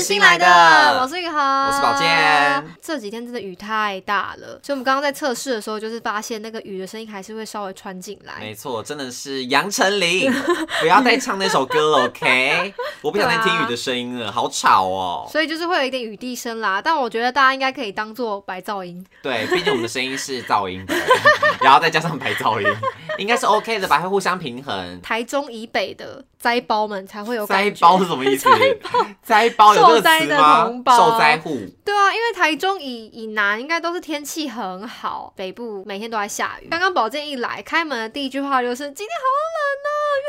新来的我是雨禾，我我是宝健。这几天真的雨太大了，所以我们刚刚在测试的时候，就是发现那个雨的声音还是会稍微穿进来。没错，真的是杨丞 琳，不要再唱那首歌了，OK？我不想再听雨的声音了，好吵哦。所以就是会有一点雨地声啦，但我觉得大家应该可以当做白噪 音。对，毕竟我们的声音是噪音的， 然后再加上白噪音，应该是 OK 的吧？会互相平衡。台中以北的灾包们才会有感灾觉包是什么意思？灾包有这个词受灾的吗同？胞受灾户对啊，因为台中以以南应该都是天气很好，北部每天都在下雨。刚刚宝健一来，开门的第一句话就是今天哦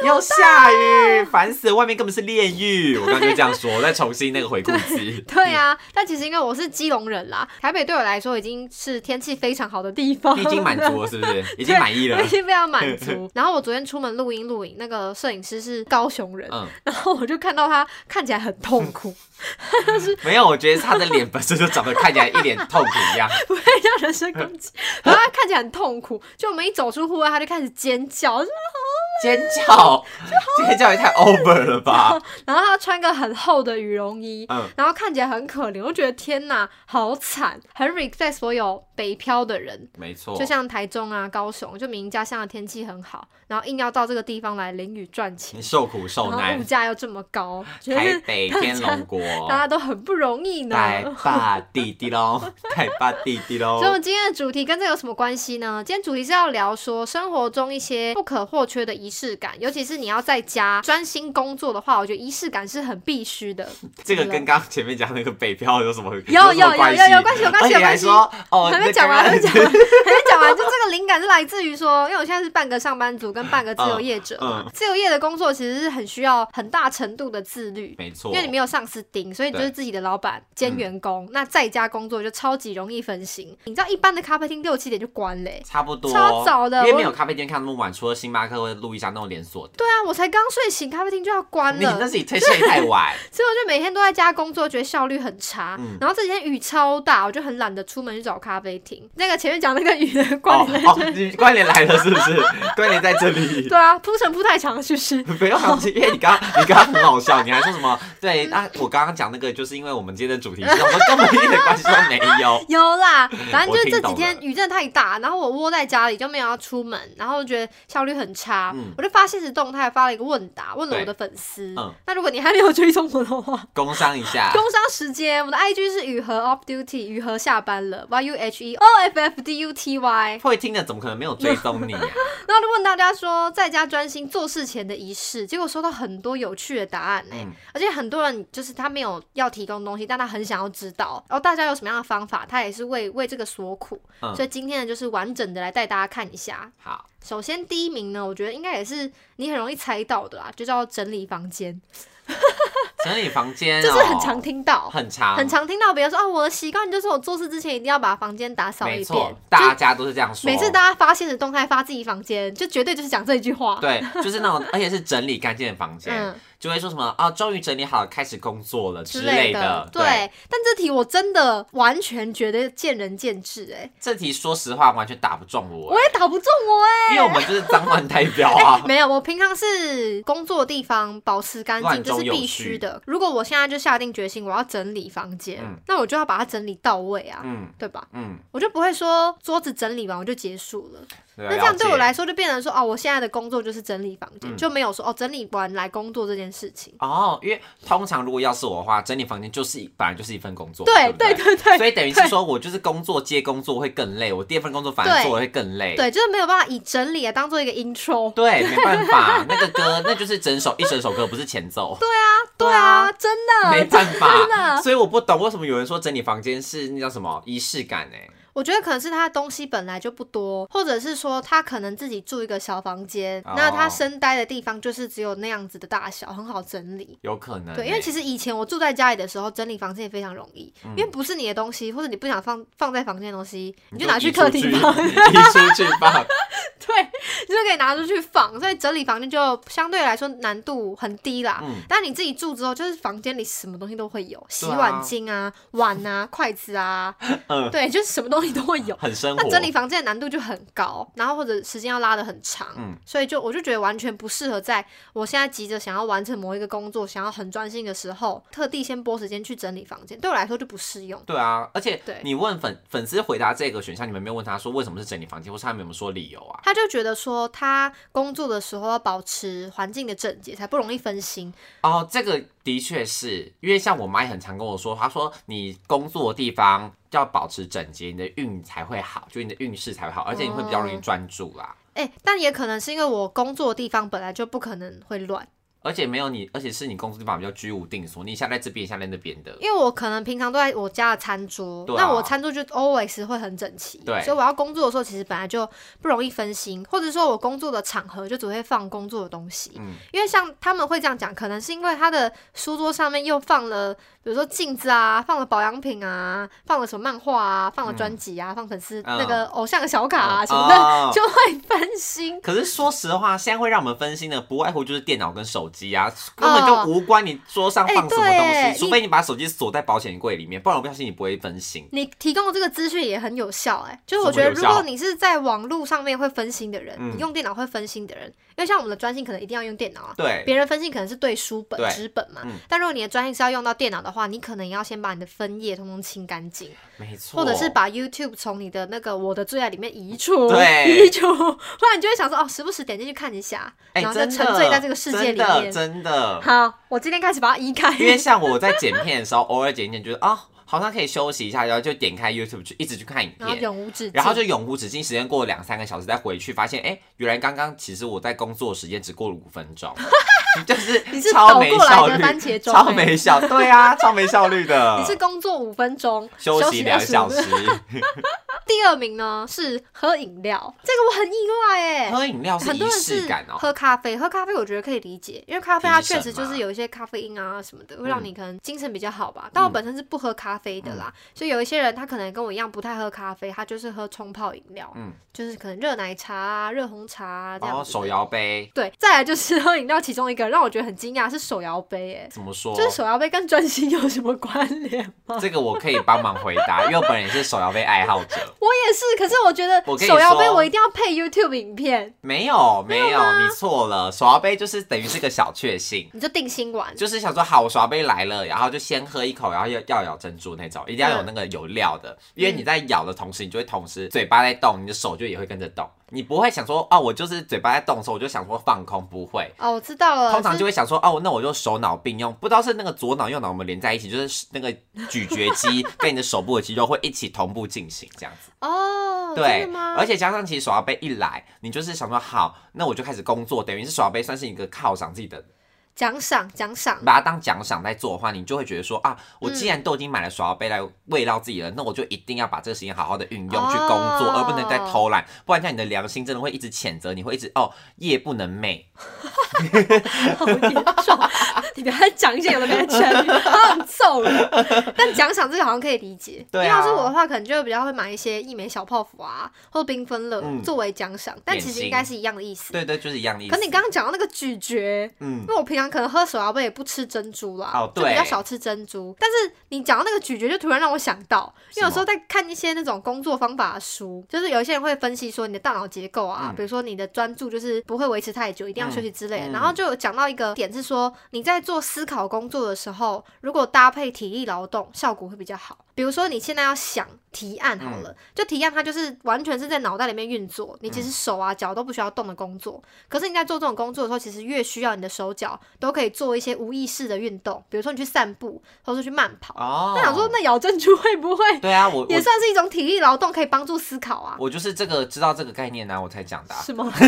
又下雨，烦死了！外面根本是炼狱。我刚刚就这样说，我再重新那个回顾机。好。 对嗯啊，但其实因为我是基隆人啦，台北对我来说已经是天气非常好的地方了，你已经满足了，是不嗯是？已经 满意了我 已。经非常满足。然后我昨天出门录音录影，那个摄影师是高雄人，嗯，然后我就看到他看起来很痛 苦，没有，我觉得他的脸本身就长得看起来一脸痛苦一样。不会让人身嗯攻击，然后他看起来很痛苦。就我们一走出户外，他就开始尖叫，尖叫，尖叫也太 over 了吧？然后他穿个很厚的羽绒衣，嗯然后看起来很可怜，我觉得天哪，好惨，很 respect 所有北漂的人。没错就，像台中啊、高雄，就明明家乡的天气很好，然后硬要到这个地方来淋雨赚钱你，受苦受然后物难，价又这么高，觉台得北天龙国，大家都很不容易呢。 台霸弟弟喽， 台霸弟弟所以，我喽。们今天的主题跟这有什么关系呢？今天主题是要聊说生活中一些不可或缺的仪式感，尤其是你要在家专心工作的话，我觉得仪式感是很必须的。这个跟刚刚前面讲那个北漂有什么有 有什么有有有有关系有关系而且有还关系说哦，还没那讲完，个还没讲完，还没讲完。就这个灵感是来自于说，因为我现在是半个上班族跟半个自由业者嘛嗯嗯自由业的工作其实是很需要很大程度的自律。 没错，因为你没有上司盯，所以你就是对嗯自己的老板兼员工。那在家工作就超级容易分心。你知道一般的咖啡厅六七点就关嘞、差不多超早的因为我没有咖啡店看那么晚，除了星巴克会录一下那种连锁的。对啊，我才刚睡醒，咖啡厅就要关你了那。是你推卸得太晚，所以我就每天都在家工作，觉得效率很差。嗯然后这几天雨超大，我就很懒得出门去找咖啡厅。那个前面讲那个雨的 关哦联，哦，你关联来了是不 是？关联在这里。对啊，铺陈铺太长，是不 是？没有，因为你刚刚你刚刚很好笑，你还说什么？对，嗯那我刚刚讲那个，就是因为我们今天的主题是，我们根本一点关系都没 有。有啦，反正就是这几嗯我听懂天雨真的太大，然后我窝在家里就没有要出门，然后觉得效率很差，嗯我就发现实动态发了一个问答，问了我的粉丝。嗯那如果你还没有追踪我的 话，工商一下，工商时间，我的 IG 是雨禾 off duty，雨禾下班了，Y U H E O F F D U T Y。会听的怎么可能没有追踪你 啊？那就问大家说，在家专心做事前的仪式，结果收到很多有趣的答案呢、嗯而且很多人就是他没有要提供东西，但他很想要知道，然后大家有什么样的方法，他也是为为这个所苦。嗯所以今天呢，就是完整的来带大家看一下。好，首先第一名呢，我觉得应该也是你很容易猜到的啦，啊就叫整理房间，整理房间、哦，这是很常，听到。很长，很，常听到别人说啊，我的习惯就是我做事之前一定要把房间打扫没一错遍。，大就家都是这样说。每次大家发现的动态发自己房间，就绝对就是讲这一句话。对，就是那种，而且是整理干净的房间，嗯，就会说什么啊，终于整理好了，开始工作了之类的。对，但这题我真的完全觉得见仁见智、哎，这题说实话完全打不中我我，也打不中我、因为我们就是脏乱代表啊 哎，。没有，我平常是工作地方保持干净，乱这中是有必须的。如果我现在就下定决心我要整理房间，嗯那我就要把它整理到位啊，嗯对吧？嗯，我就不会说桌子整理完我就结束了，那那这样对我来说就变成说哦，我现在的工作就是整理房间，嗯就没有说哦整理完来工作这件事情。哦，因为通常如果要是我的话，整理房间就是一本来就是一份工作，对不对对对所以等于是说我就是工作接工作会更累，我第二份工作反而对做的会更累。对，就是没有办法以整理啊当做一个 intro。对，没办法，那个歌那就是整首一整首歌，不是前奏。对啊，对啊，真的没办真法，的所以我不懂为什么有人说整理房间是那叫什么仪式感哎、我觉得可能是他的东西本来就不多，或者是说他可能自己住一个小房间，哦那他生待的地方就是只有那样子的大小，很好整理。有可能欸、对，因为其实以前我住在家里的时候，整理房间也非常容易，因为嗯不是你的东西，或者你不想放放在房间的东西，你就拿 去客厅放。移出去移出去放。对，你就可以拿出去放，所以整理房间就相对来说难度很低啦。嗯但你自己住之后，就是房间里什么东西都会有，洗对啊碗巾啊、碗啊、筷子啊， 嗯，对，就是什么东西都会有。很生 活那。整理房间的难度就很高，然后或者时间要拉得很长，嗯所以就我就觉得完全不适合在我现在急着想要完成某一个工作、想要很专心的时候，特地先拨时间去整理房间，对我来说就不适用。对啊，而且对你问粉粉丝回答这个选项，你们没有问他说为什么是整理房间，或是他们有没有说理由啊？他就觉得说，他工作的时候要保持环境的整洁，才不容易分心。哦，这个的确是因为像我妈也很常跟我说，她说你工作的地方要保持整洁，你的运才会好，就你的运势才会好，而且你会比较容嗯易专注啦。哎、但也可能是因为我工作的地方本来就不可能会乱，而且没有你，而且是你工作地方比较居无定所，你一下在这边，一下在那边的。因为我可能平常都在我家的餐桌，对啊那我餐桌就 always 会很整齐，对所以我要工作的时候其实本来就不容易分心，或者说我工作的场合就只会放工作的东西，嗯因为像他们会这样讲，可能是因为他的书桌上面又放了，比如说镜子啊，放了保养品啊，放了什么漫画啊，放了专辑啊，放粉丝、嗯那个偶像的小卡啊什么的，哦 就会分心。可是说实话，现在会让我们分心的，不外乎就是电脑跟手机啊，根本就无关你桌上放什么东西，嗯哎对除非你把手机锁在保险柜里面，不然我不相信你不会分心。你提供的这个资讯也很有效、哎，就是我觉什得，么有如效果你是在网络上面会分心的人，嗯你用电脑会分心的人，因为像我们的专心可能一定要用电脑啊，对，别人分心可能是对书本对、纸本嘛，嗯但如果你的专心是要用到电脑的话，你可能也要先把你的分页通通清干净，没错，或者是把 YouTube 从你的那个我的最爱里面移除，对移除，不然你就会想说，哦，时不时点进去看一下，哎、然后就真的沉醉在这个世界里面真的 真的，好，我今天开始把它移开，因为像我在剪片的时候，偶尔剪一剪，觉得啊、好像可以休息一下，然后就点开 YouTube 去一直去看影然后片。永无止境，然后就永无止境，时间过了两三个小时再回去，发现哎，原来刚刚其实我在工作时间只过了五分 钟，就是你是超倒没过来效的率，番茄钟超欸没效，对啊，超没效率 的。你是工作五分钟，呃休息息两两个小时，第二名呢是喝饮料，这个我很意外哎、喝饮哦料是很仪多人式是感哦。喝咖啡，喝咖啡我觉得可以理解，因为咖啡它提神确实就嘛是有一些咖啡因啊什么的，会让嗯你可能精神比较好吧。但我本身是不喝咖啡的啦，所以有一些人他可能跟我一样不太喝咖啡，他就是喝冲泡饮料，嗯就是可能热奶茶啊、热红茶啊这然样后子手的摇杯对，再来就是喝饮料，其中一个让我觉得很惊讶是手摇杯、欸，怎么说？就是手摇杯跟专心有什么关联吗？这个我可以帮忙回答，因为我本人也是手摇杯爱好者。我也是，可是我觉得我跟你手摇杯说我一定要配 YouTube 影片，没有没有，你错了，手摇杯就是等于是个小确幸。你就定心丸。就是想说，好，我手摇杯来了，然后就先喝一口，然后要要咬珍珠那种，一定要有嗯那个有料的，因为你在咬的同时，你就会同时嘴巴在动，你的手就也会跟着动，你不会想说，哦，我就是嘴巴在动的时候，我就想说放空，不会，哦，我知道了，通常是就会想说，哦，那我就手脑并用，不知道是那个左脑右脑我们连在一起，就是那个咀嚼肌 跟你的手部的肌肉会一起同步进行这样子。哦，真对的吗，而且加上其实手摇杯一来，你就是想说，好，那我就开始工作，等于是手摇杯算是一个犒赏自己的，奖赏奖 赏，把它当奖赏在做的话，你就会觉得说嗯啊，我既然都已经买了手摇杯来慰劳自己了，那我就一定要把这个时间好好的运用去工作，哦而不能再偷懒，不然这样你的良心真的会一直谴责，你会一直哦夜不能寐。好严重。 你不要讲一些有的没的成语， 好想揍人。但奖赏这个好像可以理解，对啊因为要是我的话，可能就比较会买一些一枚小泡芙啊，或缤纷乐嗯作为奖赏，但其实应该是一样的意思。对对，就是一样的意思。可你刚刚讲到那个咀嚼，嗯因。为我平常可能喝手摇杯也不吃珍珠啦，哦就比较对少吃珍珠。但是你讲到那个咀嚼，就突然让我想到，因为什么有时候在看一些那种工作方法的书，就是有一些人会分析说你的大脑结构啊，嗯比如说你的专注就是不会维持太久，一定要休息之类的。嗯嗯然后就有讲到一个点是说，你在做思考工作的时候，如果搭配体力劳动，效果会比较好。比如说你现在要想提案好嗯了，就提案它就是完全是在脑袋里面运作，你其实手啊脚都不需要动的工作。可是你在做这种工作的时候，其实越需要你的手脚都可以做一些无意识的运动，比如说你去散步，或者说去慢跑。哦，那想说，那咬珍珠会不会对啊， 我也我算是一种体力劳动，可以帮助思考啊？我就是这个知道这个概念呢、我才讲的啊、是吗？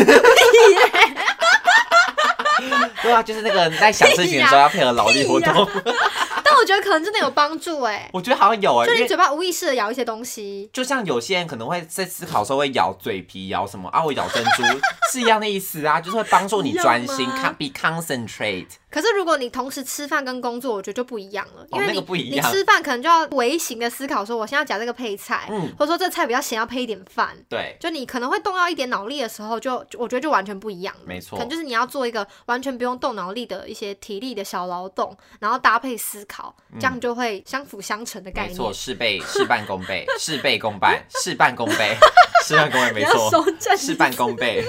对啊，就是那个在想事情的时候要配合劳力活动，但我我觉得可能真的有帮助哎、 我觉得好像有哎、就因你为嘴巴无意识的咬一些东西，就像有些人可能会在思考的时候会咬嘴皮，咬什么啊，我咬珍珠是一样的意思啊，就是会帮助你 专一心样吗看，be concentrate。可是如果你同时吃饭跟工作，我觉得就不一样了，因为哦那你、个不一你样吃饭可能就要微型的思考说，我现在要夹这个配菜，嗯或者说这菜比较咸，要配一点饭。对，就你可能会动到一点脑力的时候就，就我觉得就完全不一样了。没错可能就是你要做一个完全不用动脑力的一些体力的小劳动，然后搭配思考，这样就会相辅相成的概嗯没念。错，事倍事半功倍，事倍功半，事半功倍，事半功倍， 不没要收错，正事半功倍。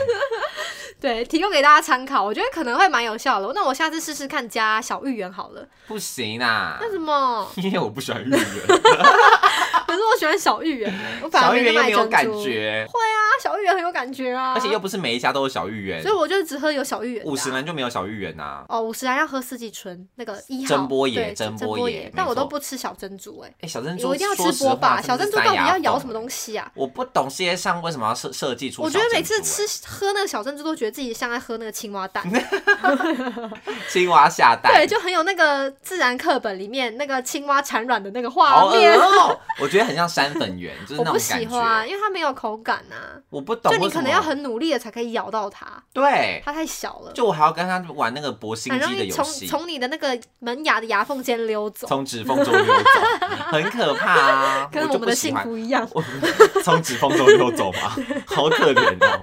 对，提供给大家参考，我觉得可能会蛮有效的。那我下次试试看加小芋圆好了。不 行啦，为什么？因为我不喜欢芋圆， 可是我喜欢小芋 圆欸，我反而小没芋那圆么爱又没有珍感珠。觉，啊，小芋圆很有感觉啊，而且又，不是每一家都有小芋圆所以，我就只喝有小芋圆的啊。五十岚就没有小芋圆啊呐。哦，五十岚要喝四季春那个一号珍波爷对珍珍波波爷爷，但我没错都不吃小珍珠哎，哎，小珍珠，我一定要吃说实波霸。话小珍珠到底要咬什么？西？东西啊？我不懂世界上为什么要设设计出我觉小珍珠欸、得每次吃喝那个小珍珠，都觉得自己像在喝那个青蛙 蛋，青蛙下蛋，对，就很有那个自然课本里面那个青蛙产卵的那个好画恶面。哦、我觉得很像山 粉圆，就是我那不种感喜觉。欢，因为它没有口感呐、我不懂就为你什么，可能要很努力的才可以咬到它，对，它太小了，就我还要跟他玩那个搏心很容机的易游从戏，从你的那个门牙的牙缝间溜走，从指缝中 溜走，很可怕啊！跟就们不的喜幸欢。 福一样。我从指缝中溜走嘛，好可怜哦。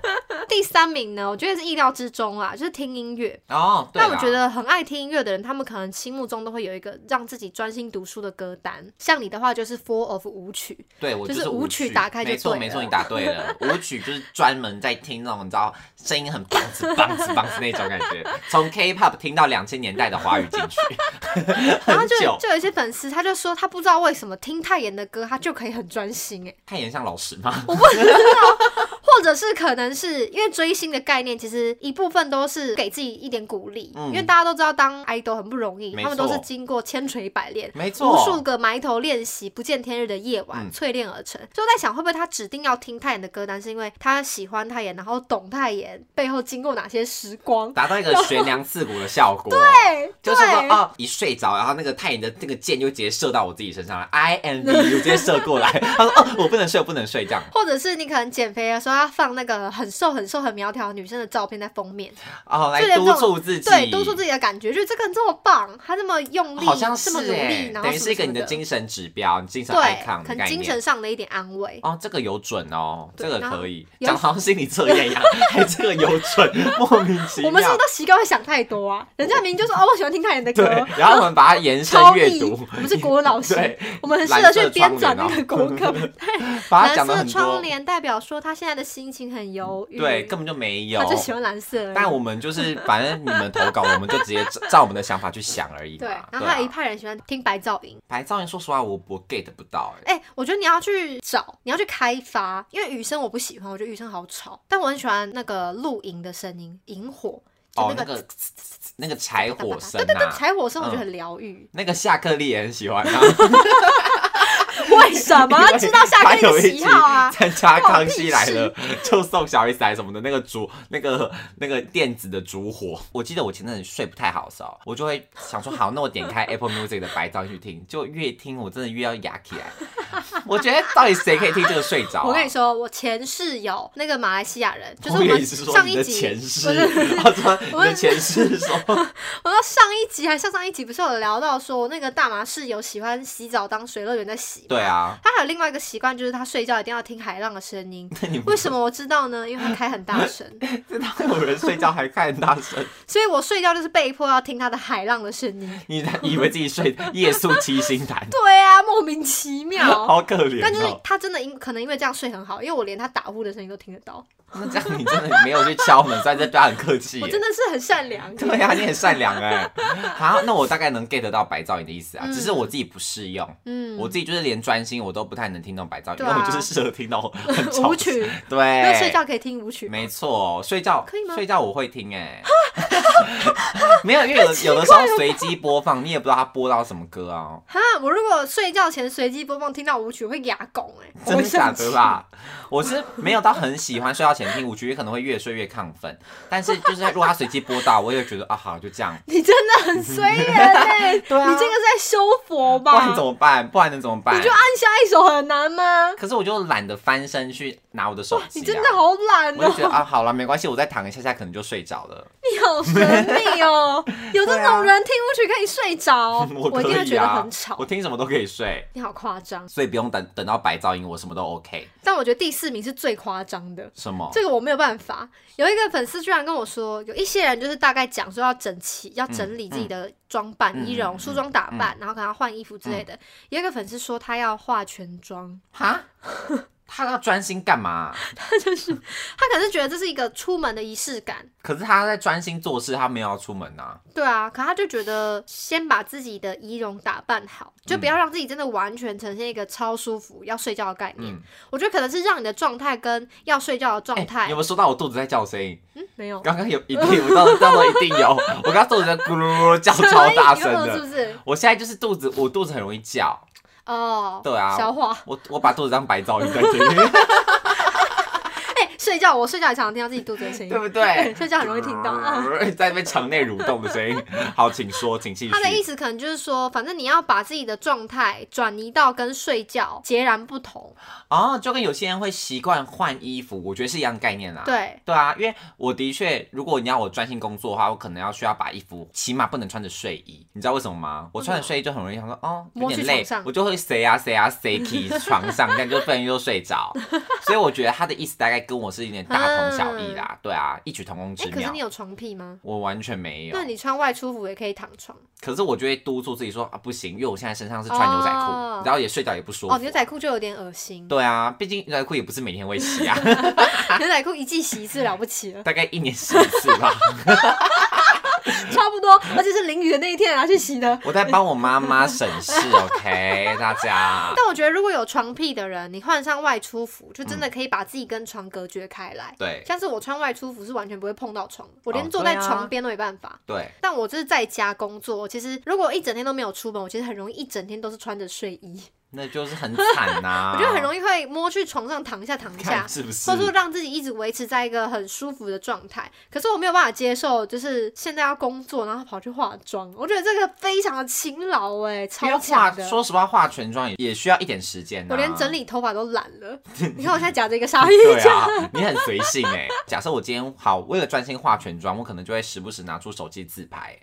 第三名呢，我觉得是意料之中啦，就是听音乐。 哦，对但啦我觉得很爱听音乐的人，他们可能心目中都会有一个让自己专心读书的歌单。像你的话，就是 Four of 舞曲，对我就是是舞舞曲打开就没错对没错，了你答对 了。舞曲就是专门在听那种你知道声音很棒子棒子棒子那种感觉，从 K-pop 听到两千年代的华语金 曲，然后很就久。就有一些粉丝，他就说他不知道为什么听泰妍的歌，他就可以很专心、欸，太严像老师吗？ 或者是可能是因为追星的概念，其实一部分都是给自己一点鼓励，嗯因为大家都知道当 idol 很不容易，没错他们都是经过千锤百炼。没错，无数个埋头练习、不见天日的夜晚、嗯淬炼而成，就在想会不会他指定要听泰妍的歌单，是因为他喜欢泰妍，然后懂泰妍背后经过哪些时 光？哎达到一个悬梁刺股的效果。 对，就是说对哦，一睡着，然后那个太阳的那个箭就直接射到我自己身上来，I am you，直接射过来。他说哦，我不能睡，我不能睡，这样或者是你可能减肥的时候要放那个很瘦、很瘦、很苗条的女生的照片在封面，哦，来就连这督种促自己，对，督促自己的感觉，就是这个人这么棒，他这么用力，好像是这么努哎力，，然后等于什是么一个什么你的的精神指标，你精神对 icon，，的可概能精念神。上的一点安慰。哦，这个有准哦，这对个然后可以，有讲得好像心理测验 一样，还这个有准，莫名其我们是不妙是。都习惯会想太多啊？人家明明就说哦，我喜欢听泰妍的 对歌，，然后我们把它延伸超阅译读，我们是 国文老师对，我们很适合去编纂那个国课。把它蓝讲的色很窗多，帘代表说他现在的心情很忧郁，对，根本就没有。他就喜欢蓝色而已。但我 们就是，反正你们投稿，我们就直接照照我们的想法去想而已嘛。对，然后啊还有一派人喜欢听白噪音。白噪音，说实话，我我 get 不到哎、哎、我觉得你要去找，你要去开发，因为雨声我不喜欢，我觉得雨声好吵，但我很喜欢那个露营的声音，萤火，就哦，那那个个那个柴火声对对对，啊，柴火声我觉得嗯很疗愈。那个夏克利也很喜 欢啊。为什么知道下还课有的一集喜好啊？参加康熙来了，就送小 S 来什么的那个烛，那个那个电子的烛火。我记得我前阵子睡不太好的时候，我就会想说，好，那我点开 Apple Music 的白噪音去听，就越听我真的越要哑起来。我觉得到底谁可以听这个睡着、啊？我跟你说，我前室友那个马来西亚人，就是我我也们是说上你一的集，前世，不是 他说你我的是前世说， 我说上一集还上上一集不是有聊到说，我那个大马室友喜欢洗澡当水乐园在洗，对啊，他还有另外一个习惯，就是他睡觉一定要听海浪的声音。 那你不为什么我知道呢？因为他开很大声， 知道有人睡觉还看大声，所以我睡觉就是被迫要听他的海浪的声 音。你以为自己睡夜宿七星潭，对啊，莫名其妙。 好可怜但就是哦。他真的因可能因为这样睡很好，因为我连他打呼的声音都听得到，那这样你真的没有去敲门，所以这对他很客气耶。我真的是很善良。 对啊呀、你很善 良哎、好，那我大概能 get 到白噪音的意思啊，嗯只是我自己不适用，嗯，我自己就是连专心我都不太能听懂白噪音，对因啊为我就是适合听到 很吵舞的曲，对，那睡觉可以听舞曲吗没错，睡觉可以吗 睡觉我会听哎、没有，因为有的有的时候随机播放，你也不知道它播到什么歌 啊，哈，我如果睡觉前随机播放听到舞曲会牙拱哎、真的假的啦我？我是没有到很喜欢睡觉前听舞曲，也可能会越睡越亢奋，但是就是如果它随机播到，我也觉得啊，好就这样， 你真的很衰人哎、 对啊你这个是在修佛不吧然？怎么办？不然能怎么办你就？啊按下一首很难吗？可是我就懒得翻身去拿我的手机、啊，你真的好懒我哦、就觉得啊，好了，没关系，我再躺一下下，可能就睡着了。你好神秘 哦、有这对啊种人听舞曲可以睡着， 可一定会以觉得啊，很我吵。听什么都可以啊睡，你好夸张，所以不用等等到白噪音，我什么都 OK。但我觉得第四名是最夸张的。什么？这个我没有办法。有一个粉丝居然跟我说，有一些人就是大概讲说要整齐，要整理自己的装扮、嗯仪容、嗯梳妆打扮，然后可能要换衣服之类的。有一个粉丝说他要化全妆， 哈？他要专心干嘛？他可能是觉得这是一个出门的仪式感。可是他在专心做事，他没有要出门啊。对啊，可他就觉得先把自己的仪容打扮好，就不要嗯让自己真的完全呈现一个超舒服要睡觉的概念。嗯我觉得可能是让你的状态跟要睡觉的状哎、态、有没有收到我肚子在叫声音？嗯没有刚刚有一定，我到到时候一定有。我刚刚肚子在咕噜噜噜叫超大声有没有 是的。不是？我现在就是肚子，我肚子很容易叫。哦，对啊消化。我我把肚子当白噪音 在听，哎、睡觉我睡觉也常常听到自己肚子的声音对，不 对？睡觉很容易听到啊。 在那边肠内蠕动的声音。好，请说，请继续。他的意思可能就是说，反正你要把自己的状态转移到跟睡觉截然不同。哦，就跟有些人会习惯换衣服，我觉得是一样概念啦。。对，对啊，因为我的确，如果你要我专心工作的话，我可能要需要把衣服，起码不能穿着睡衣，你知道为什么吗？我穿着睡衣就很容易想说，哦，有摸去点累床上，我就会谁啊谁啊谁去床上，这样就不然就 睡着。所以我觉得他的意思大概跟我是有点大同小异啦，对啊，异曲同工嗯哎、之可是妙你。有床屁吗？我完全没有那，你穿外出服也可以躺床可是我就会督促自己说啊，不行，因为我现在身上是穿牛仔裤，哦然后也睡觉也不舒服。哦，牛仔裤就有点恶心，对啊，毕竟牛仔裤也不是每天会洗啊。 牛仔裤一季洗一次了不起了，大概一年洗一次吧。差不多，而且是淋雨的那一天拿去洗的。我在帮我妈妈省 事，OK，大家。但我觉得如果有床屁的人，你换上外出服，就真的可以把自己跟床隔绝开来。嗯对像是我穿外出服是完全不会碰到床的，我哦连坐在对啊床边都没办法。对，但我就是在家工作，其实如果一整天都没有出门，我其实很容易一整天都是穿着睡衣，那就是很惨呐、 我觉得很易容易会摸去床上躺一下躺一下啊看，是不是或？者说让自己一直维持在一个很舒服的状态。可是我没有办法接受，就是现在要工作，然后跑去化妆，我觉得这个非常的勤劳哎、 因为超化，强的。说实话，化全妆也也需要一点时间、啊。我连整。理头发都懒 了，你看我现在夹着一个鲨鱼对夹，啊， 你很随性哎、假设我今天好，为了专心化全妆，我可能就会时不时拿出手机自拍，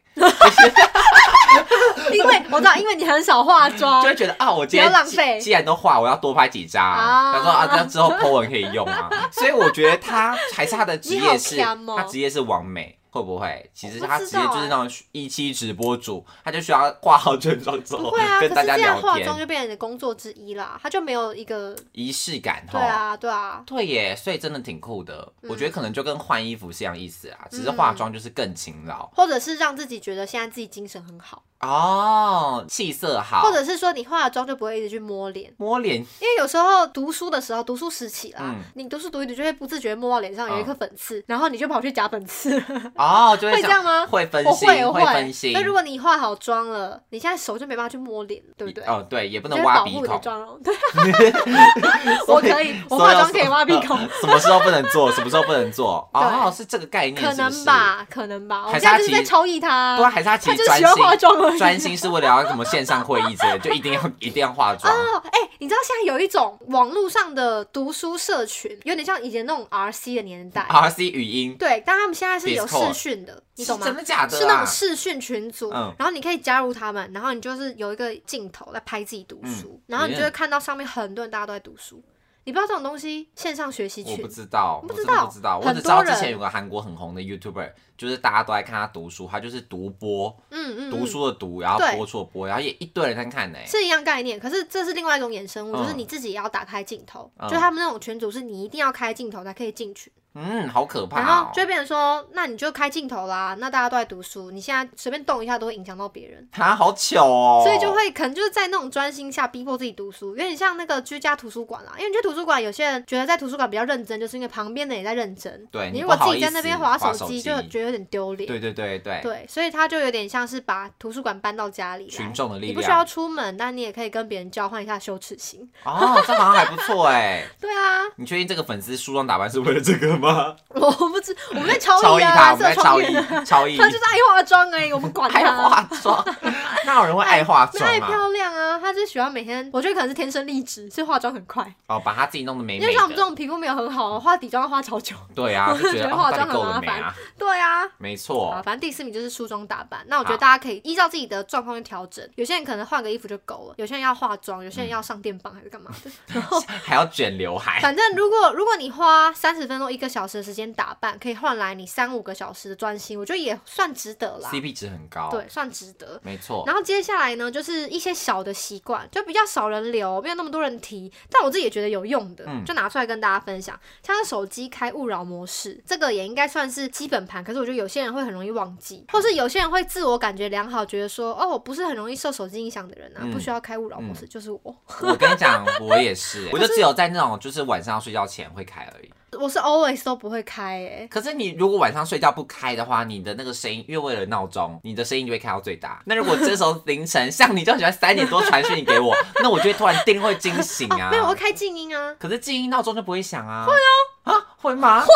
因为我知道，因为你很少化妆 就，会觉得啊，我今天哦不要浪既费既然都化，我要多拍几张、啊他说啊，这样之后 po 文可以用啊。 所以我觉得他还是他的职你好业是，强哦他职业是完美。会不会？其实我不他知职业就是道哎那种一期直播主，他就需要化好全妆之不后会啊。可跟是大这家样聊化妆天，就变成你的工作之一啦，它就没有一个仪式感对哈。啊对啊，对耶，所以真的挺酷的。我觉得可能就跟换衣服是一样意思啊，只是嗯化妆就是更勤劳或者是让自己觉得现在自己精神很好，哦，气色好，或者是说你化了妆就不会一直去摸脸，摸脸因为有时候读书的时候，读书时期啦，嗯啊你读书读一读就会不自觉摸到脸上有一颗粉刺，然后你就跑去夹粉刺，哦，就会会这想样吗会分我 心，会我分心。那如果你化好妆了，你现在手就没办法去摸脸，对不对？哦，对，也不不能挖保鼻护你的孔。妆 容，对，所我可以，我化妆可以挖鼻孔， 所有。什么时候不能做？什么时候不 能做？哦，对是这个概念，可是不能是？吧，可能吧。我还们是现他在就是在其实超意他不过，还是他其他实就是专喜欢化心，妆而已。 专心是为了要什么线上会议之类的，就一定要一定 要化妆。哦，哎、 你知道现在有一种网络上的读书社群，有点像以前那种 RC 的年代。 R C 语音，对，但他们现在是有 Discord 视讯的，你懂吗是真？的假的？是那种，视讯群组，嗯然后你可以加入他们，然后你就是有一个镜头在拍自己读书，嗯然后你就会看到上面很多人大家都在读书。你不知道这种东西线上学习我群不，知道，不我知真的道不知道。我很只知道多之人前有个韩国很红的 YouTuber，就是大家都在看他读书，他就是读播，嗯嗯，读嗯书的读，然后对播出的播，然后也一堆人在看呢。是一样概念，可是这是另外一种衍生物，嗯就是你自己也要打开镜头，嗯就他们那种群组是你一定要开镜头才可以进去。嗯，好可怕、哦。然后就会变成说，那你就开镜头啦，那大家都在读书，你现在随便动一下都会影响到别人，他好糗哦，所以就会可能就是在那种专心下逼迫自己读书，有点像那个居家图书馆啦。因为你去图书馆，有些人觉得在图书馆比较认真，就是因为旁边的也在认真。对你你如不果好自己意在那边思划滑手手机，就机觉得有点丢脸。对对对对，对，所以他就有点像是把图书馆搬到家里来群众的力你不需量要出门，但你也可以跟别人交换一下羞耻心。哦，这好像还不错哎。对啊， 你确定这个粉丝梳妆打扮是为了这个吗？我不知我们在超超意意啊，他，我们色在创超业意的，，超 意他， 就是爱化妆而已，我们管爱他。化妆，啊 那有人会爱化没妆爱啊？漂亮啊，他就喜欢每天，我觉得可能是天生丽质，所以化妆很快。哦，把她自己弄得美因美为像我们这的，种皮肤没有很好，化底妆要化超久。对啊，我就就觉觉得得哦化到妆底够很了麻没烦啊？ 对啊，没啊，错，反正第四名就是梳妆打扮。那我觉得好大家可以依照自己的状况去调整，有些人可能换个衣服就够了，有些人要化妆，有些人要上电棒还是干嘛的。然后，还要卷刘 海，反正如果如果你花三十分钟一个小时的时间打扮，可以换来你三五个小时的专心，我觉得也算值得啦。 ，CP 值很高，对，算值得。没错。然后接下来呢，就是一些小的习惯，就比较少人留，没有那么多人提，但我自己也觉得有用的，嗯就拿出来跟大家分享。像是手机开勿扰模式，这个也应该算是基本盘，可是我觉得有些人会很容易忘记，嗯或是有些人会自我感觉良好，觉得说哦，我不是很容易受手机影响的人啊，嗯不需要开勿扰模式，就是哦我，我跟你讲，我也 是欸，我就只有在那种就是晚上要睡觉前会开而已。我是 always 都不会开欸诶、可是你如果晚上睡觉不开的话，你的那个声音，因为为了闹钟，你的声音就会开到最大。那如果这时候凌晨，像你就喜欢三点多传讯给 我，那我就会突然定会惊醒啊。哦，没有，我会开静音啊，可是静音闹钟就不会响啊。会哦。啊，会吗？会。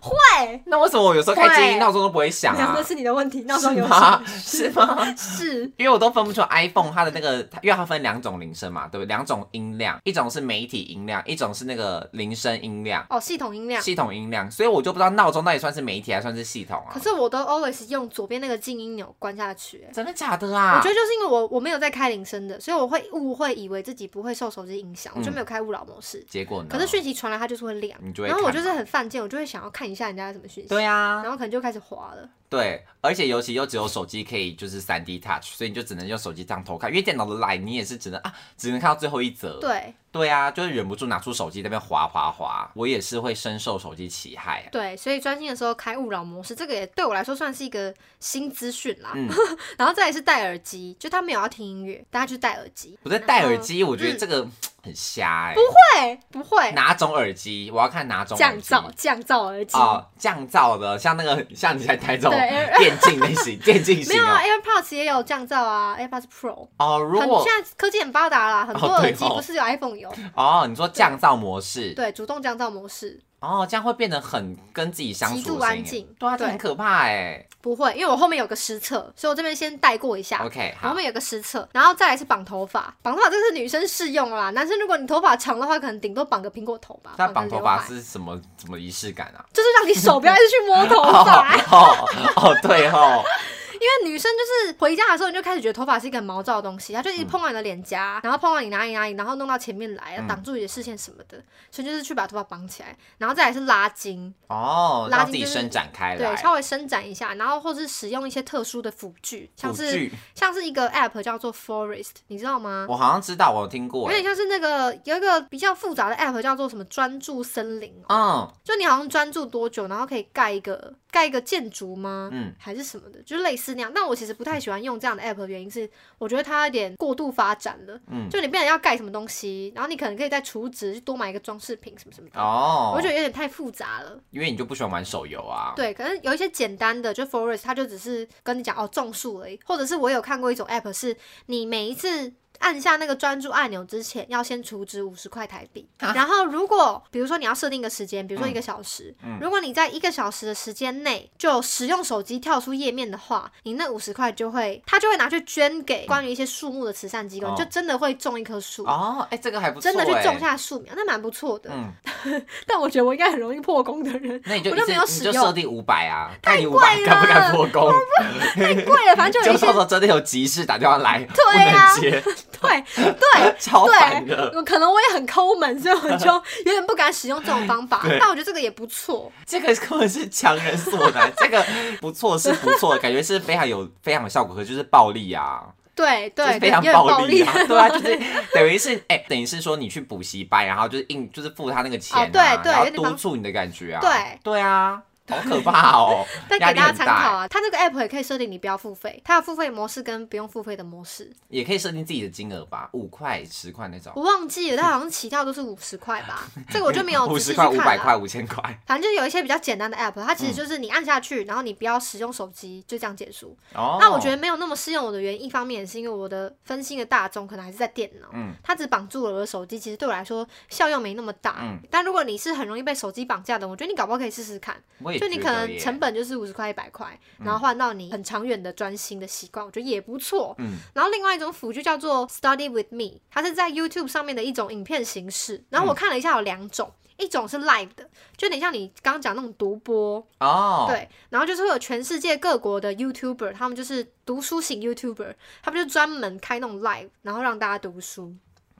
会，那为什么我有时候开静会音闹钟都不会响那啊那？是你的问题，闹钟是有吗？是 是吗？是。因为我都分不出 iPhone 它的那个，因为它分两种铃声嘛，对不对？两种音量，一种是媒体音量，一种是那个铃声音量、哦，系统音量。系统音量，所以我就不知道闹钟到底算是媒体还算是系统啊可。是我都 always 用左边那个静音钮关下去、欸真的假的啊？我觉得就是因为我我没有在开铃声的，所以我会误会以为自己不会受手机影响，我就嗯没有开勿扰模式。结果呢？可是讯息传来，它就是会亮，你就会然后我看就是嘛很犯贱，我就会想要看一下人家什么讯息，对啊然，后可能就开始滑了。对，而且尤其又只有手机可以就是三 D touch，所以你就只能用手机这样偷看，因为电脑的 line 你也是只能啊，只能看到最后一则。对对啊，就是忍不住拿出手机在那边滑滑滑，我也是会深受手机其害、啊。对，所以专心的时候开勿扰模式，这个也对我来说算是一个新资讯啦。嗯 然后再来是戴耳机，就他没有要听音乐，大家就戴耳机。我在戴耳机，我觉得这个很瞎哎、对，嗯不会哪种耳机？我要看哪种降耳机。噪降噪耳机。哦，降噪的，像那个像你在戴这种对电竞 类型，电竞没型有啊哦。 ，AirPods 也有降噪啊，AirPods Pro。哦，如很果现在科技很发达啦，很多哦对耳机哦不是有 iPhone 有，哦，你说降噪模式，对，主动降噪模式哦，这样会变得很跟自己相极处度的声安音耶，静，对啊，这很可怕哎。不会，因为我后面有个实测，所以我这边先带过一下。 OK，我后好，面有个实测，然后再来是绑头发，绑头发这是女生适用啦，男生如果你头发长的话，可能顶多绑个苹果头吧。那个绑头刘发海是什么什么仪式感啊？就是让你手不要一直去摸头哦发， 哦哦，对哦，因为女生就是回家的时候你就开始觉得头发是一个很毛躁的东西，它就一直碰到你的脸颊，然后碰到你哪里哪里，然后弄到前面来，嗯挡住你的视线什么的，所以就是去把头发绑起来，然后再来是拉筋，哦，拉让筋自己就是伸展开对，来。稍微伸展一下，然后或是使用一些特殊的辅具，像辅是具，像是一个 app 叫做 Forest，你知道吗？我好像知道，哦我有听过欸有耶。点像是那个有一个比较复杂的 app 叫做什么专注森林哦，嗯，就你好像专注多久，然后可以盖一个盖一个建筑吗？嗯，还是什么的，就类似那样。但我其实不太喜欢用这样的 app，的原因是我觉得它有点过度发展了。嗯就你变成要盖什么东西，然后你可能可以在储值多买一个装饰品什么什么的，哦我，觉得有点太复杂了。因为你就不喜欢玩手游啊。对，可能有一些简单的，就 Forest，它就只是跟你讲哦种树而已，或者是我有看过一种 app，是你每一次按下那个专注按钮之前，要先储值五十块台币，啊然后如果比如说你要设定一个时间，比如说一个小时，嗯如果你在一个小时的时间内就使用手机跳出页面的话，你那五十块就会，它就会拿去捐给关于一些树木的慈善机构，你就哦真的会种一棵树。哦，哎，这个还不错，真的去种。下树苗，那蛮不错的。嗯， 但我觉得我应该很容易破功的人， 那你就我一就次没有你使就用设定五百啊，看你五贵百敢不敢了破功，贵了，反正就有就一些到时候真的有急事打电话来，不对啊能接， 对对 超烦的对，。我可能我也很抠门，所以我 就有点不敢使用这种方法。对但我觉得这个也不错，这个根本是强人所难，这个不错是不错，感觉是非常有非常有效果，可就是暴力啊，对就对对，是非有常点暴力啊， 的对啊，就是等于是哎、等于是说你去补习班，然后就是硬就是付他那个钱、啊哦对对然后有点督方促你的感觉啊，对对啊，好可 怕哦，但压给力大家很参大考哎，啊，它这个 app 也可以设定你不要付费，它有付费模式跟不用付费的模式。也可以设定自己的金额吧，五块、十块那种，我忘记了，它好像起跳都是五十块 吧，这个我就没有五仔细十去块、看啊五百了。块、嗯五千块，反正就是有一些比较简单的 app，它其实就是你按下去，然后你不要使用手机，就这样结束。哦，那我觉得没有那么适用我的原因，一方面也是因为我的分心的大众可能还是在电脑，嗯它只绑住了我的手机，其实对我来说效用没那么大。嗯但如果你是很容易被手机绑架的，我觉得你搞不好可以试试看，我也就你觉可得能耶嗯成本就是五十块一百块，然后换到你很长远的专心的习惯，我觉得也不错。嗯然后另外一种辅具叫做 Study with Me，它是在 YouTube 上面的一种影片形式。然后嗯我看了一下有两种，一种是 live 的，就有点像你刚刚讲那种独播，哦，对，然后就是会有全世界各国的 YouTuber，他们就是读书型 YouTuber，他们就专门开那种 live，然后让大家读书。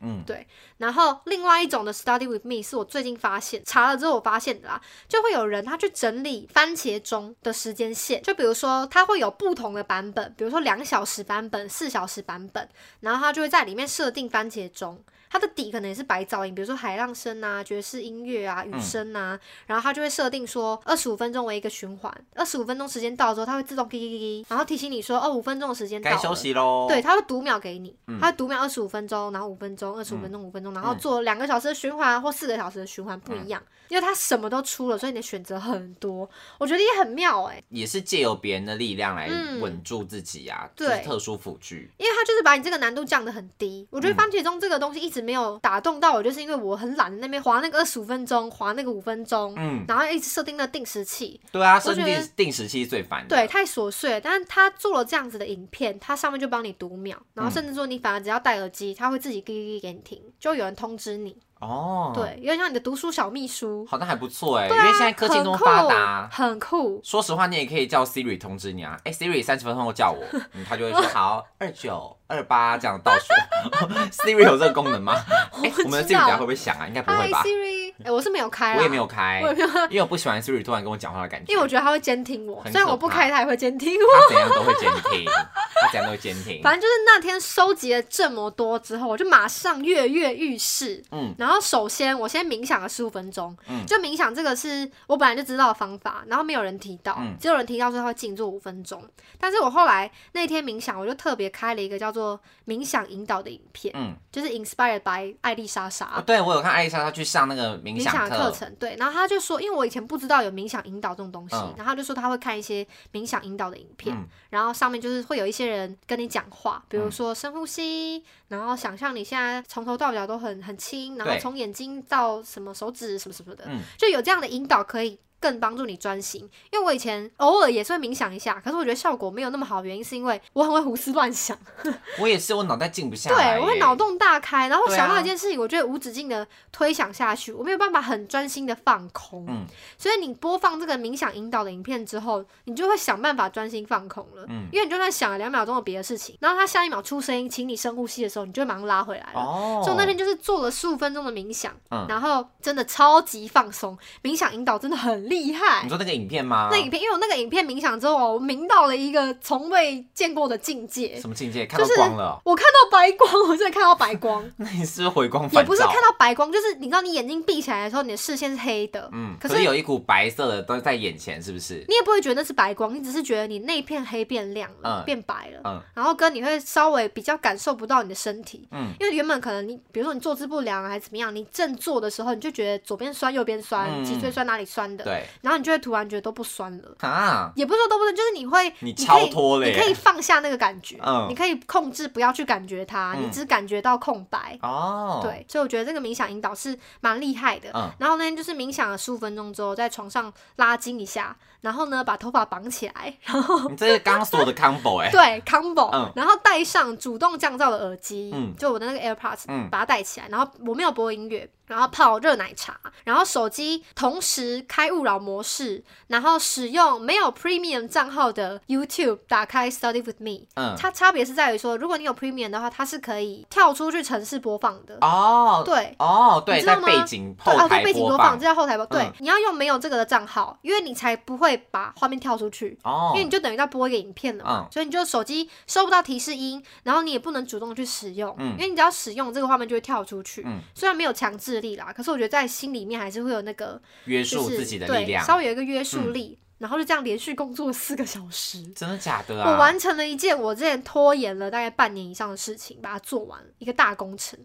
嗯，对。然后另外一种的 Study with Me 是我最近发现，查了之后我发现的啦，就会有人他去整理番茄钟的时间线，就比如说他会有不同的版本，比如说两小时版本、四小时版本，然后他就会在里面设定番茄钟。它的底可能也是白噪音，比如说海浪声啊、爵士音乐啊、雨嗯声啊，然后它就会设定说二十五分钟为一个循环，二十五分钟时间到之后，它会自动滴滴滴滴，然后提醒你说哦五分钟的时间到该了，休息哦嗯喽，对，，它会读秒给你，它会读秒二十五分钟，然后五分钟、二十五分嗯钟、五分钟，然后做两个小时的循环或四个小时的循环嗯不一样，因为它什么都出了，所以你的选择很多，我觉得也很妙哎、也是借由别人的力量来嗯稳住自己啊，对就是特殊辅具，因为它就是把你这个难度降得很低。我觉嗯得番茄钟这个东西一直没有打动到我，就是因为我很懒得那边划那个二十五分钟，划那个五分钟，嗯，然后一直设定那定时器，对啊，我设觉得定定时器最烦的，对，太琐碎了。但是他做了这样子的影片，他上面就帮你读秒，嗯然后甚至说你反而只要戴耳机，他会自己滴滴滴给你听，就有人通知你。哦，，对，有点像你的读书小秘书。好，那还不错哎、对因啊，为现在科技那么发达。很酷，说实话，你也可以叫 Siri 通知你啊。哎、s i r i 三十分钟后 叫我，嗯，他就会说好二九二八这样倒数。Siri 有这个功能 吗？哎、不我们的知 Siri 道等下会不会响啊？应该不很酷。会 Hi 吧？ Siri，哎、我是没有开啦，我也没有开我也，没有，因为我不喜欢 Siri 突然跟我讲话的感觉。因为我觉得他会监听我，很虽然我可不怕开，他也会监听我。他怎样都会监听，他怎样都会监 听。反正就是那天收集了这么多之后，我就马上跃跃欲试。嗯，然后首先我先冥想了十五分钟，嗯就冥想这个是我本来就知道的方法，然后没有人提到，嗯只有人提到说他会静坐五分钟。但是我后来那天冥想，我就特别开了一个叫做冥想引导的影片，嗯，就是 inspired by 艾丽莎莎。啊，对我有看艾丽莎，她去上那个冥冥想想的课课，程，对，然后他就说，因为我以前不知道有冥想引导这种东西，嗯然后他就说他会看一些冥想引导的影片，嗯然后上面就是会有一些人跟你讲话，比如说深呼吸，然后想象你现在从头到脚都很很轻，然后对从眼睛到什么手指什么什么的，嗯就有这样的引导可以。更帮助你专心，因为我以前偶尔也是会冥想一下，可是我觉得效果没有那么好，原因是因为我很会胡思乱想，我也是，我脑袋静不下来耶。对我会脑洞大开，然后对想到啊一件事情，我就会无止境的推想下去，我没有办法很专心的放空。嗯所以你播放这个冥想引导的影片之后，你就会想办法专心放空了。嗯因为你就算想了两秒钟的别的事情，然后他下一秒出声音，请你深呼吸的时候，你就会马上拉回来了。哦，所以我那天就是做了十五分钟的冥想，嗯然后真的超级放松，冥想引导真的很厉害你。说那个影片吗？那影片，因为我那个影片冥想之后，我冥到了一个从未见过的境界，什么境界？看就到是光了 哦，我看到白光，我真的看到白光，那你是不是回光也返不是照看到白光，就是你知道你眼睛闭起来的时候，你的视线是黑的，嗯，可可是是有一股白色的都在眼前，是 不是？你也不会觉得那是白光，你只是觉得你那一片黑变亮了，嗯变白了，嗯然后跟你会稍微比较感受不到你的身体，嗯因为原本可能你比如说你坐姿不良啊还是怎么样，你正坐的时候你就觉得左边酸右边酸，嗯脊椎酸哪里酸的，对然后你就会突然觉得都不酸了。啊，也不是说都不酸，就是你会，你可以超脱了你耶可以放下那个感觉，嗯你可以控制不要去感觉它，嗯你只感觉到空白，哦，，对，所以我觉得这个冥想引导是蛮厉害的。嗯然后那天就是冥想了十五分钟之后，在床上拉筋一下，然后呢把头发绑起来，你这是刚刚 所有的 combo 哎，对 combo，、 嗯然后戴上主动降噪的耳机，嗯就我的那个 AirPods，、嗯把它戴起来，然后我没有播音乐，然后泡热奶茶，然后手机同时开勿扰模式，然后使用没有 Premium 账号的 YouTube 打开 Study with Me。嗯，它差别是在于说，如果你有 Premium 的话，它是可以跳出去城市播放的。哦，对，哦，对，你知道在吗背景对，后哦，对，台背景播放，放这，叫后台播。对嗯，你要用没有这个的账号，因为你才不会把画面跳出去。哦因为，你就等于在播一个影片了嘛，嗯所以你就手机收不到提示音，然后你也不能主动去使用，嗯因为你只要使用这个画面就会跳出去。嗯虽然没有强制力啦，可是我觉得在心里面还是会有那个约就束是自己的力对，量，嗯稍微有一个约束力，然后就这样连续工作四个小时。真的假的我啊？完成了一件我之前拖延了大概半年以上的事情，把它做完，一个大工程。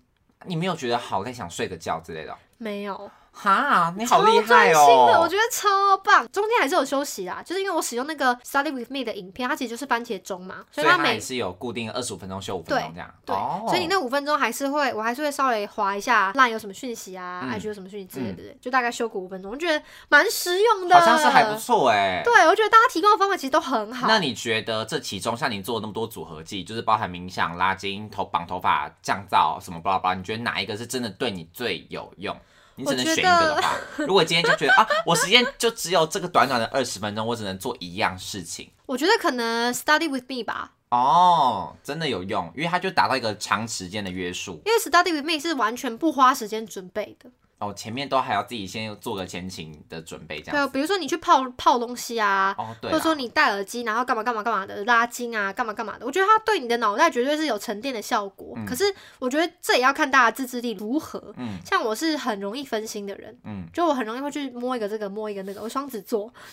你没有觉得好累想睡个觉之类的哦？没有，哈，你好厉超专害心的，我哦！觉得超棒。中间还是有休息啦，就是因为我使用那个 Study with Me 的影片，它其实就是番茄钟嘛，所所以以它它每也是有固定二十五分钟休五分钟这样，对，哦，所以你那五分钟还是会，我还是会稍微划一下 line 有什么讯息啊、嗯 i g 有什么讯息之类的，就大概修补五分钟，我觉得蛮实用的，好像是还不。错哎。对，我觉得大家提供的方法其实都很好。那你觉得这其中像你做了那么多组合技，就是包含冥想、拉筋、头绑头发、降噪什么巴拉巴拉，你觉得哪一个是真的对你最有用？你只能选一个的话，如果今天就觉得啊，我时间就只有这个短短的二十分钟，我只能做一样事情。我觉得可能 study with me 吧，哦，真的有用，因为它就达到一个长时间的约束。因为 study with me 是完全不花时间准备的。哦，前面都还要自己先做个前情的准备，这样对，子。比如说你去泡泡东西啊。哦，对或啦，者说你戴耳机，然后干嘛干嘛干嘛的拉筋啊，干嘛干嘛的，我觉得它对你的脑袋绝对是有沉淀的效果。可是我觉得这也要看大家自制力如何。嗯像我是很容易分心的人，嗯，就我很容易会去摸一个这个，摸一个那个。我双子座，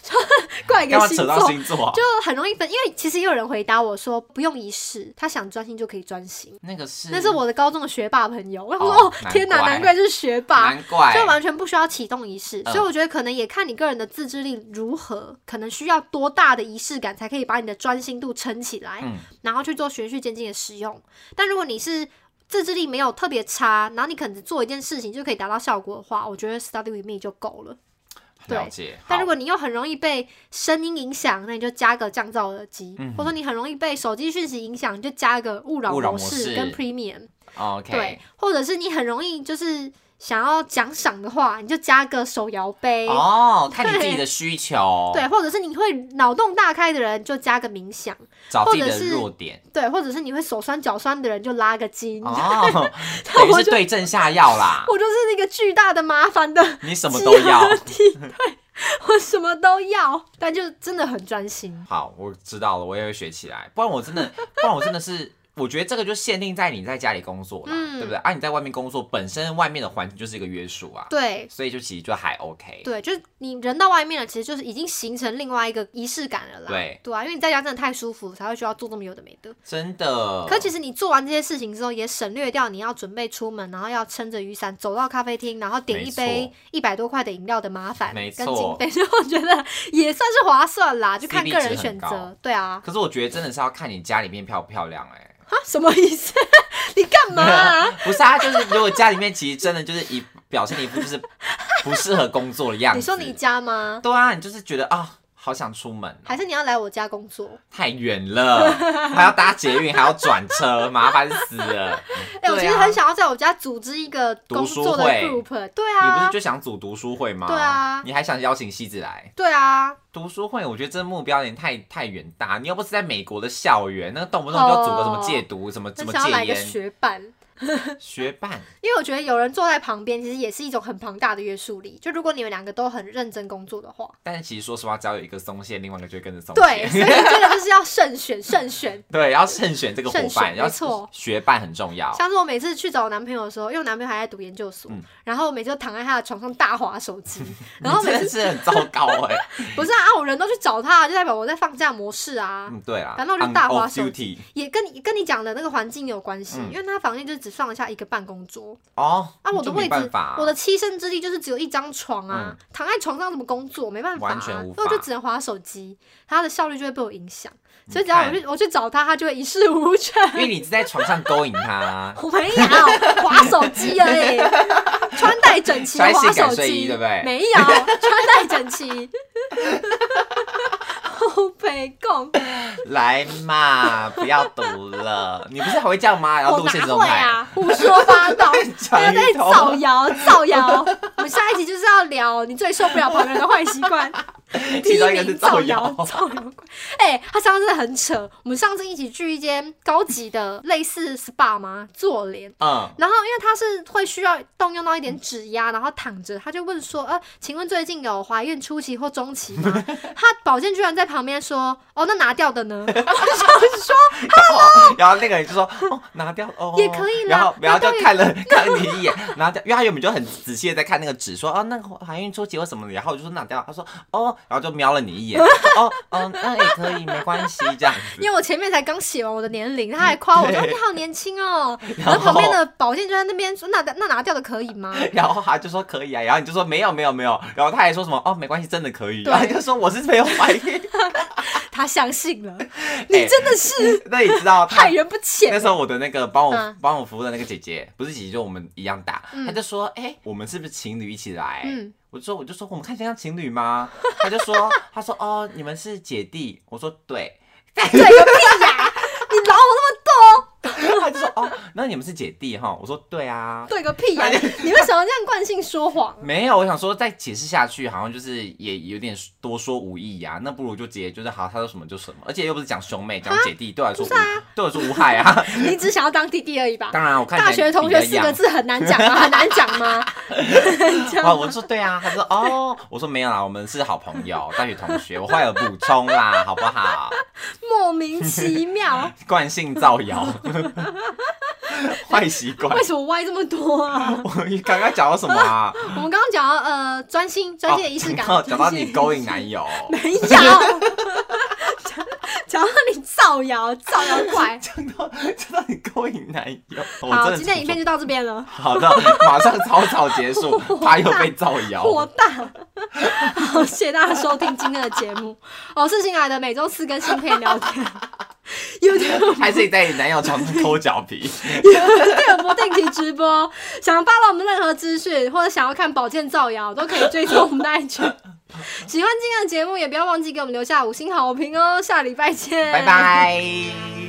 怪一个干嘛星扯座，到星座啊？就很容易分。因为其实也有人回答我说，不用仪式，他想专心就可以专心。那个是，那是我的高中的学霸朋友，我想说，哦哦，天哪，难难怪是学霸，难怪就完全不需要启动仪式。嗯所以我觉得可能也看你个人的自制力如何，可能需要多大的仪式感才可以把你的专心度撑起来，嗯然后去做循序渐进的使用。但如果你是自制力没有特别差，然后你可能只做一件事情就可以达到效果的话，我觉得 study with me 就够了。对了解。但好如果你又很容易被声音影响，那你就加个降噪耳机，嗯哼或者说你很容易被手机讯息影响，你就加一个勿扰勿扰模模式式跟 Premium， OK，对，或者是你很容易就是想要奖赏的话，你就加个手摇杯，哦，看你自己的需求，哦对，，或者是你会脑洞大开的人就加个冥想，找自己或者的是弱点，对，或者是你会手酸脚酸的人就拉个筋， 哦， 等于是对症下药啦，我就是一个巨大的麻烦的， 你什么都要。啊我什么都要，但就真的很专心。 好，我知道了，我也会学起来，不然我真的， 不然我真的是。我觉得这个就限定在你在家里工作啦，嗯对不对？啊，你在外面工作，本身外面的环境就是一个约束啊，对，所以就其实就还 OK。对，就是你人到外面了，其实就是已经形成另外一个仪式感了啦。对，啊，因为你在家真的太舒服，才会需要做这么有的没的。真的。可其实你做完这些事情之后，也省略掉你要准备出门，然后要撑着雨伞走到咖啡厅，然后点没一杯一百多块的饮料的麻烦没跟经错费，所以我觉得也算是划算啦，就看 CP 个人值很选择高。对啊，可是我觉得真的是要看你家里面漂不漂亮哎、哈，什么意思？ 你干 嘛啊、不是啊，就是如果家里面其实真的就是一表现一副就是不适合工作的样子。你说你家吗？对啊，你就是觉得啊、好想出门哦、还是你要来我家工作？太远了，还要搭捷运，还要转车，麻烦死了。哎、我其实对啊很想要在我家组织一个读工书作的会 group，对你不啊是，就想组读书会吗？对啊你还想邀请西子来对啊，读书会？我觉得这目标有点太太远大。你又不是在美国的校园，那动不动就要组个什么戒毒、什么什很哦么想要来戒一个烟学伴，学伴。因为我觉得有人坐在旁边，其实也是一种很庞大的约束力。就如果你们两个都很认真工作的话，但是其实说实话，只要有一个松懈，另外一个就会跟着松懈。对， 所以真的就是要慎选，慎选。对，要慎选这个伙慎选伴，要没错学伴很重要。像是我每次去找我男朋友的时候，因为我男朋友还在读研究所，嗯然后我每次都躺在他的床上大划手 机，然后你真每的次是很糟糕哎、不是啊，啊我人都去找他，就代表我在放假模式啊。 嗯，对啊，反正我就大滑 On- off 手 duty 也跟你跟你讲的那个环境有关系，嗯因为他房间就只放得下一个办公桌哦。啊，我就的没位置办法啊、嗯我的栖身之地就是只有一张床啊，躺在床上怎么工作？没办法、啊，完全无法所以我就只能划手机，他的效率就会被我影响。所以只你要看我去我去找他，他就会一事无成。，因为你是在床上勾引他 我没有划手机而已， 穿戴整齐的划穿性手感睡衣机， 对不对没有穿戴整齐。北贡，来嘛，不要读了。你不是还会这样吗？然后我录现实哪动会态，啊？胡说八道， 不要讲再一造通。谣造谣。 我们下一集就是要聊你最受不了旁边人的坏习惯，第其中一个名是造造谣谣造谣怪。哎、他上次真的很扯。我们上次一起去一间高级的类似 SPA 吗？做脸。 嗯，然后，因为他是会需要动用到一点指压，然后躺着，他就问说：“呃，请问最近有怀孕初期或中期吗？”他保健居然在旁边说：“哦，那拿掉的呢？”然后那个人就说：“哦，拿掉哦，也可以啦然后然后就拿掉也看了 看了你一眼，拿掉，因为他原本就很仔细的在看那个纸，说：“哦，那个怀孕初期或什么的。”然后我就说：“拿掉。”他说：“哦。”然后就瞄了你一眼，哦哦，那也可以，没关系，这样子。因为我前面才刚写完我的年龄，他还夸我说对你好年轻 哦。然然后后旁边的保健就在那边说那那拿掉的可以 吗？然后他就说可以啊，然后你就说没有没有没有，然后他还说什么哦没关系，真的可以，对然后你就说我是没有怀孕，他相信了，哎你真的是那你知道他害人不那浅。时候我的那个帮我嗯帮我服务的那个姐姐，不是姐姐，就我们一样大，嗯她就说哎、我们是不是情侣一起来？嗯我就说我就说我们看起来像情侣吗？她就说她说哦你们是姐弟，我说对。对个屁呀！你饶我那么她就说哦，那你们是姐弟哈？我说对啊，对个屁呀！你为什么这样惯性说 谎？没有，我想说再解释下去，好像就是也有点多说无益呀、那不如就直接就是好，他说什么就什么，而且又不是讲兄妹，讲姐弟，对我来说无、啊对我来说无害啊。 你只想要当弟弟而已吧？当然，啊我看起大来学同比较学四个样字很难讲 吗？很难讲吗？这啊，样我说对啊，他说哦，我说没有啦，我们是好朋友，大学同学，我后来有补充啦，好不好？莫名其 妙，惯性造谣， 坏习惯为。什么歪这么多啊？我刚刚讲到什么啊？我们刚刚讲到呃，专心专心的仪式感哦，讲到专心你的勾仪引式男友， 没有，讲讲到你造谣，造谣怪。讲到讲到你勾引男友，我真好，的今天是影片就到这边了，好的， 马上草草结束，他又被造火谣。大。好，谢谢大家收听今天的节目。哦，是新来的，每周四更新可以聊天。YouTube 还是你在你男友床上抠脚皮？ YouTube 不定期直播，想发到我们任何资讯，或者想要看保健造谣，都可以追踪我们的 IG。喜欢今天的节目，也不要忘记给我们留下五星好评哦。下礼拜见，拜。拜。